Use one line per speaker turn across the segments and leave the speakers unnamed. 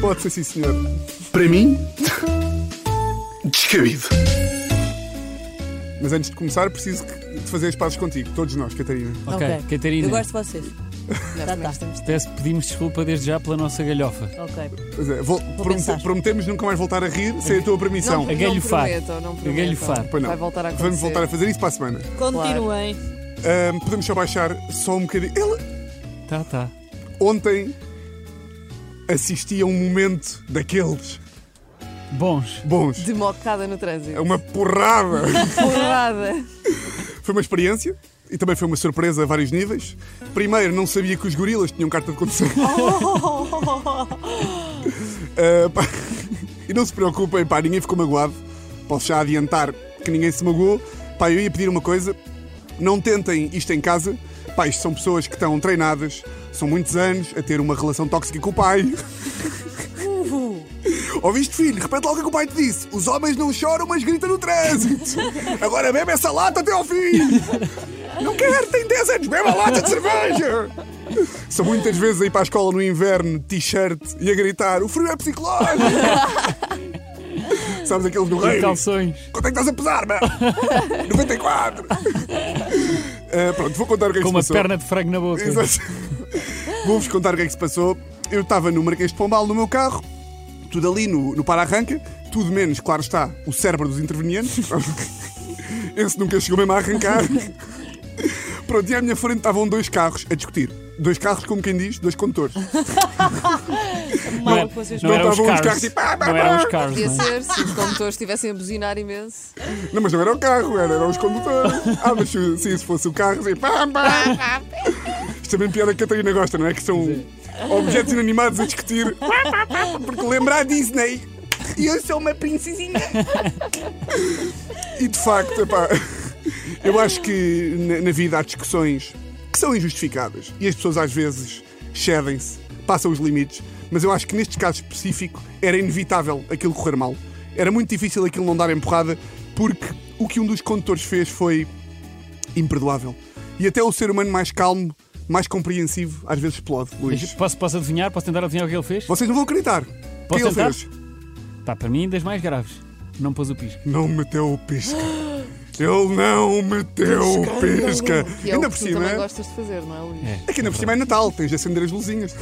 Pode ser, sim, senhor.
Para mim, descabido.
Mas antes de começar, preciso que- de fazer as pazes contigo, todos nós, Catarina.
Ok, Catarina,
Eu gosto de vocês. Já tá.
peço- pedimos desculpa desde já pela nossa galhofa.
Ok.
Pois é, vou- promete-
pensar.
prometemos nunca mais voltar a rir sem a tua permissão.
A galhofar.
prometam, não prometam.
galhofar.
Pois não.
Vai voltar a acontecer.
Vamos voltar a fazer isso para a semana.
Continuem.
Ahm, podemos só baixar só um bocadinho. Ele,
Tá, tá.
ontem assisti a um momento daqueles
Bons.
bons.
De mocada no trânsito.
É uma porrada.
Porrada.
foi uma experiência e também foi uma surpresa a vários níveis. Primeiro, não sabia que os gorilas tinham carta de condução. Ah, pá. e não se preocupem, pá, ninguém ficou magoado. Posso já adiantar que ninguém se magoou. Pá, eu ia pedir uma coisa: não tentem isto em casa. Pá, isto são pessoas que estão treinadas, são muitos anos a ter uma relação tóxica com o pai. Ouviste, filho? Repete logo o que o pai te disse. Os homens não choram, mas gritam no trânsito. Agora bebe essa lata até ao fim. Não quero, tem 10 anos, bebe a lata de cerveja. São muitas vezes a ir para a escola no inverno, t-shirt, e a gritar: o frio é psicológico. Sabes aqueles do
E
rei?
calções.
Quanto é que estás a pesar, meu? 94. Ah, pronto, vou contar o que é que
Com
se
uma
passou.
perna de frango na boca.
Exato. Vou-vos contar o que é que se passou. Eu estava no Marquês de Pombal no meu carro, tudo ali no, no para-arranca, tudo menos, claro está, o cérebro dos intervenientes. Esse nunca chegou mesmo a arrancar. Pronto, e à minha frente estavam dois carros a discutir. Dois carros, como quem diz, dois condutores.
Não, é-
Mal que vocês
não eram os
estavam os carros
cars.
tipo, "Ah, bah,
Não eram os cars,
Podia
não é?
ser, se os condutores estivessem a buzinar imenso.
Não, mas não era o carro, era, eram os condutores. Ah, mas se, se isso fosse o carro, assim, pá, pá. Isto é bem piada que a Catarina gosta, não é? Que são objetos inanimados a discutir. Porque lembra a Disney. E eu sou uma princesinha. E de facto, epá, eu acho que na, na vida há discussões que são injustificadas. E as pessoas às vezes cedem-se, passam os limites. Mas eu acho que neste caso específico era inevitável aquilo correr mal. Era muito difícil aquilo não dar empurrada, porque o que um dos condutores fez foi imperdoável. E até o ser humano mais calmo, mais compreensivo, às vezes explode, Luís.
Posso, posso adivinhar? Posso tentar adivinhar o que ele fez?
Vocês não vão acreditar.
Posso
Quem ele
tentar?
fez?
Tá, para mim, das mais graves. Não pôs o pisco.
Não meteu o pisca. Ele não meteu o pisca.
Que é
Ainda
o
por
que tu também
cima.
gostas de fazer, não é, Luís?
É.
É que ainda por cima é Natal, tens de acender as luzinhas.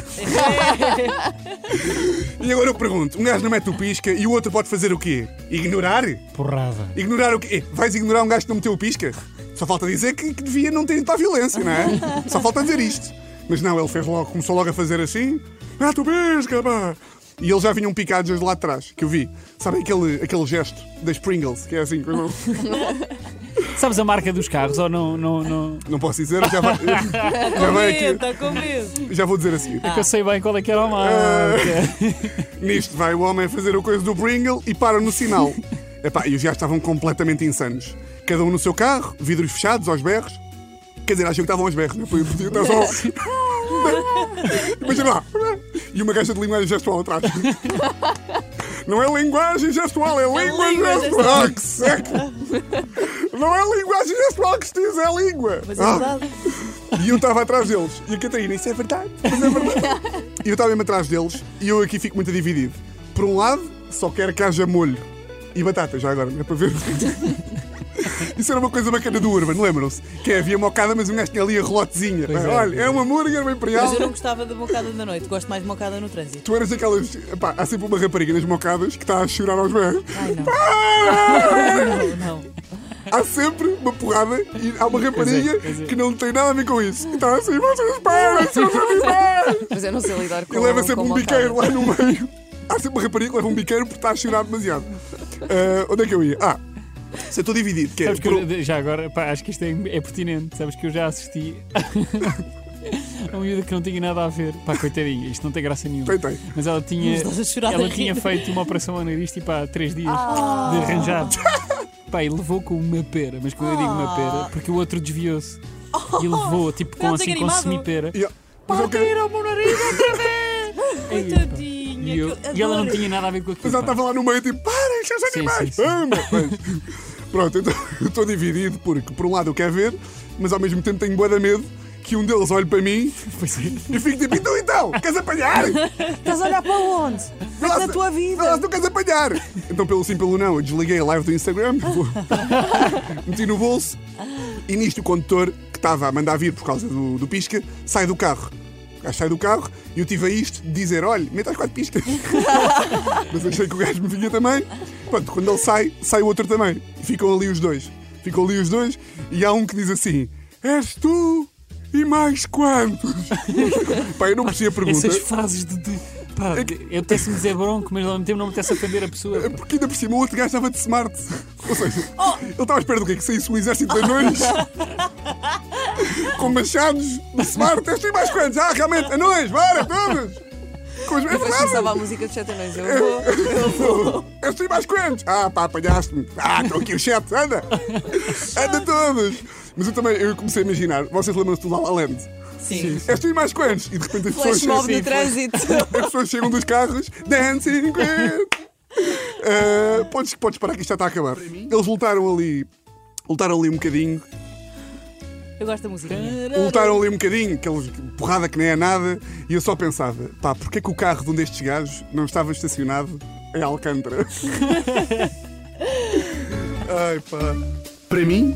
e agora eu pergunto: um gajo não mete o pisca e o outro pode fazer o quê? Ignorar?
Porrada.
Ignorar o quê? Vais ignorar um gajo que não meteu o pisca? Só falta dizer que, que devia não ter ido para a violência, não é? Só falta dizer isto. Mas não, ele fez logo, começou logo a fazer assim. Mete o pisca, pá! E eles já vinham picados desde lá atrás, que eu vi. Sabem aquele, aquele gesto das Pringles, que é assim, que eu não,
Sabes a marca dos carros ou não? não, não...
não posso dizer, já, vai,
é
já, vai aqui-
Comenta, comenta.
já vou dizer a seguir.
Ah.
Que eu sei bem qual é que era a marca.
Nisto vai o homem fazer a coisa do Pringle e para no sinal. Epá, e os gajos estavam completamente insanos. Cada um no seu carro, vidros fechados, aos berros. Quer dizer, achei que estavam aos berros, né? Podia podia estar só. Imagina lá. E uma caixa de linguagem gestual atrás. Não é linguagem gestual, é língua
língua
gestual. Ah, que seco! Não é linguagem gestual que se diz, é língua.
Mas é
Ah.
verdade.
E eu estava atrás deles. E a Catarina, isso é verdade, mas é verdade. E eu estava mesmo atrás deles e eu aqui fico muito dividido. Por um lado, só quero que haja molho. E batata, já agora, não é para ver. Isso era uma coisa bacana do Urban, lembram-se? Que é, havia mocada, mas um gajo tinha ali a relotezinha.
Pois é.
Olha, é uma hambúrguer, uma imperial.
Mas eu não gostava da mocada da noite. Gosto mais de mocada no trânsito.
Tu eras aquelas. Pá, há sempre uma rapariga nas mocadas que está a chorar aos berros. Ah!
Ai, não. Não, não.
Há sempre uma porrada e há uma rapariga
pois é.
que não tem nada a ver com isso. E está assim, vocês parem, seus animais!
Mas eu não sei lidar com
E leva sempre
com
um
mocada.
biqueiro lá no meio. Há sempre uma rapariga que leva um biqueiro porque está a chorar demasiado. Ah, onde é que eu ia? Ah, se eu estou dividido, que é.
Sabes que
por um-
eu, já agora, pá, acho que isto é, é pertinente. Sabes que eu já assisti a uma miúda que não tinha nada a ver. Pá, coitadinha, isto não tem graça nenhuma.
um- Tem, tem.
Mas ela tinha,
Estás a chorar
ela
de
tinha
rir.
feito uma operação ao nariz tipo há 3 dias de arranjar. Pá, e levou com uma pera, mas quando eu digo uma pera, porque o outro desviou-se. E levou, tipo, com
Não,
assim, com
desanimado.
semipera.
E- ah, Mas eu quero-
Partiram-me o nariz outra vez. Coitadinha.
E, eu-
que eu
e ela não
adoro.
tinha nada a ver com aquilo.
Mas ela
pá.
estava lá no meio tipo, parem, seus
Sim,
animais!
sim, sim.
Vamos! Mas- Pronto, então eu estou dividido porque, por um lado, eu quero ver, mas ao mesmo tempo tenho boa medo que um deles olhe para mim
Pois é.
e fique tipo, então, então, Então, queres apanhar?
Estás a olhar para onde? Vê
Vê lá
na
se-
tua vida.
vê lá se não queres apanhar. Então, pelo sim, pelo não, eu desliguei a live do Instagram, vou- meti no bolso e nisto o condutor, que estava a mandar vir por causa do, do pisca, sai do carro. O gajo sai do carro e eu tive a isto de dizer: olha, mete as quatro piscas. Mas achei que o gajo me vinha também. Pronto, quando ele sai, sai o outro também. E ficam ali os dois. Ficam ali os dois e há um que diz assim: és tu e mais quantos? Pá, eu não percebi a pergunta.
Essas frases de. de pá, eu apetece-me dizer bronco, mas ao mesmo tempo não me apetece ofender a pessoa.
É Porque ainda por cima o outro gajo estava de smart. Ou seja,
Oh!
ele estava à espera do quê? Que saísse um exército de anões com machados de smart. Este tem mais quantos? Ah, realmente, anões, bora, todos! Com é as
Depois
mesmas
começava a música dos sete anões. Eu
um-
vou.
Este tem mais quantos? Ah, pá, apanhaste-me. Ah, estão aqui os sete, anda! Anda todos! Mas eu também eu comecei a imaginar, vocês lembram-se do La La Land?
Sim.
Este tem mais quantos? E de repente as pessoas
Flash mob
chegam-
no trânsito.
as pessoas chegam dos carros, dancing queen. Ah, podes, podes parar que isto já está a acabar. Eles lutaram ali. Lutaram ali um bocadinho.
Eu gosto da música.
Lutaram ali um bocadinho, aqueles porrada que nem é nada. E eu só pensava, pá, porquê que o carro de um destes gajos não estava estacionado em Alcântara? Ai pá.
Para mim,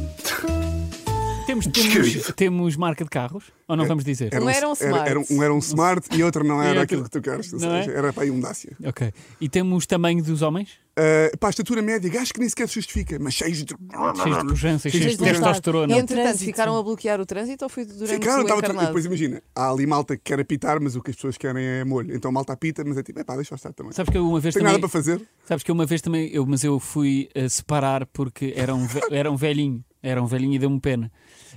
Temos, temos,
Descrevido.
temos marca de carros? Ou
É.
não vamos dizer?
Um era um smart.
Era, um, era um smart e outro não era
outro-
aquilo que tu queres. ou
não é?
seja, Era para aí um Dácia.
Ok. E temos tamanho dos homens?
Ah, pá, a estatura média, gajo que nem sequer se justifica, mas cheios de.
Cheios de pujança, cheios de
de vontade.
testosterona.
E
Não.
entretanto,
Trânsito.
ficaram a bloquear o trânsito ou foi durante
Ficaram,
o
estava tudo.
encarnado?
Depois imagina, há ali malta que quer apitar, mas o que as pessoas querem é molho. Então malta apita, mas é tipo, é pá, deixa eu estar também.
Sabes que eu uma vez
Tenho
também.
nada para fazer.
Sabes que eu uma vez também, eu, mas eu fui a separar porque era um, ve- era um velhinho, era um velhinho e deu-me pena.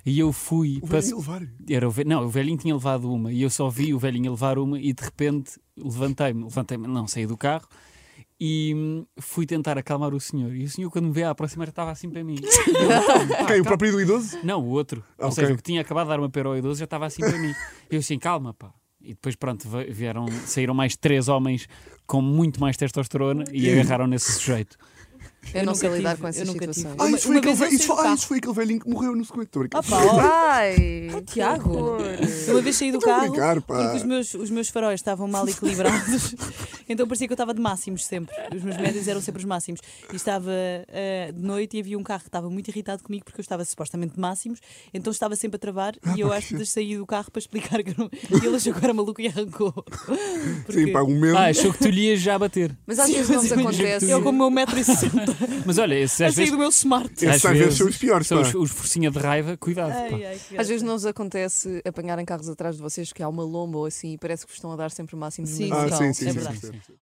E eu fui.
O
passe-
velho ia levar.
Era o ve- Não, o velhinho tinha levado uma e eu só vi o velhinho a levar uma e de repente levantei-me, levantei-me, não, saí do carro e hum, fui tentar acalmar o senhor. E o senhor, quando me veio a aproximar, estava assim para mim. E eu, "Então, pá,
Quem? O
calma."
próprio do idoso?
Não, o outro.
Ah,
Ou
ok.
seja, o que tinha acabado de dar uma pera ao idoso já estava assim para mim. Eu assim, calma, pá. E depois, pronto, ve- vieram, saíram mais três homens com muito mais testosterona e agarraram nesse sujeito.
Eu não
Eu
sei
nunca
lidar
tive,
com essas
eu nunca tive.
situações.
Ah,
Uma-
isso foi,
uma
aquele
vez
velho,
eu
isso,
saí
foi-
do
ah,
carro.
isso foi aquele velhinho que morreu no segundo. Estou a brincar.
Ah, pá, ó.
Ai!
Tiago.
horror.
Uma vez saí do
Estou a
carro
brincar, pá.
porque os meus, os meus faróis estavam mal equilibrados, então parecia que eu estava de máximos sempre. Os meus médios eram sempre os máximos. E estava ah, de noite e havia um carro que estava muito irritado comigo porque eu estava supostamente de máximos, então estava sempre a travar
Ah,
e eu acho que saí do carro para explicar que eu não. E ele achou que eu era maluco e arrancou. Porque
Sim, pá, um medo.
Ah, achou que tu lhe ias já bater.
Mas às vezes não nos acontece.
eu, com é o meu metro e sessenta,
Mas olha, esses
é a
às
sair
vezes.
do meu smart.
Esses às vezes são os piores,
São
pá.
os, os forcinha de raiva, cuidado. pá.
Ai, ai, que assim.
Às vezes
graça.
não vos acontece apanharem carros atrás de vocês que há uma lomba ou assim e parece que vos estão a dar sempre o máximo de
Sim.
musical.
Ah, sim, sim,
é
sim,
verdade.
sim, sim.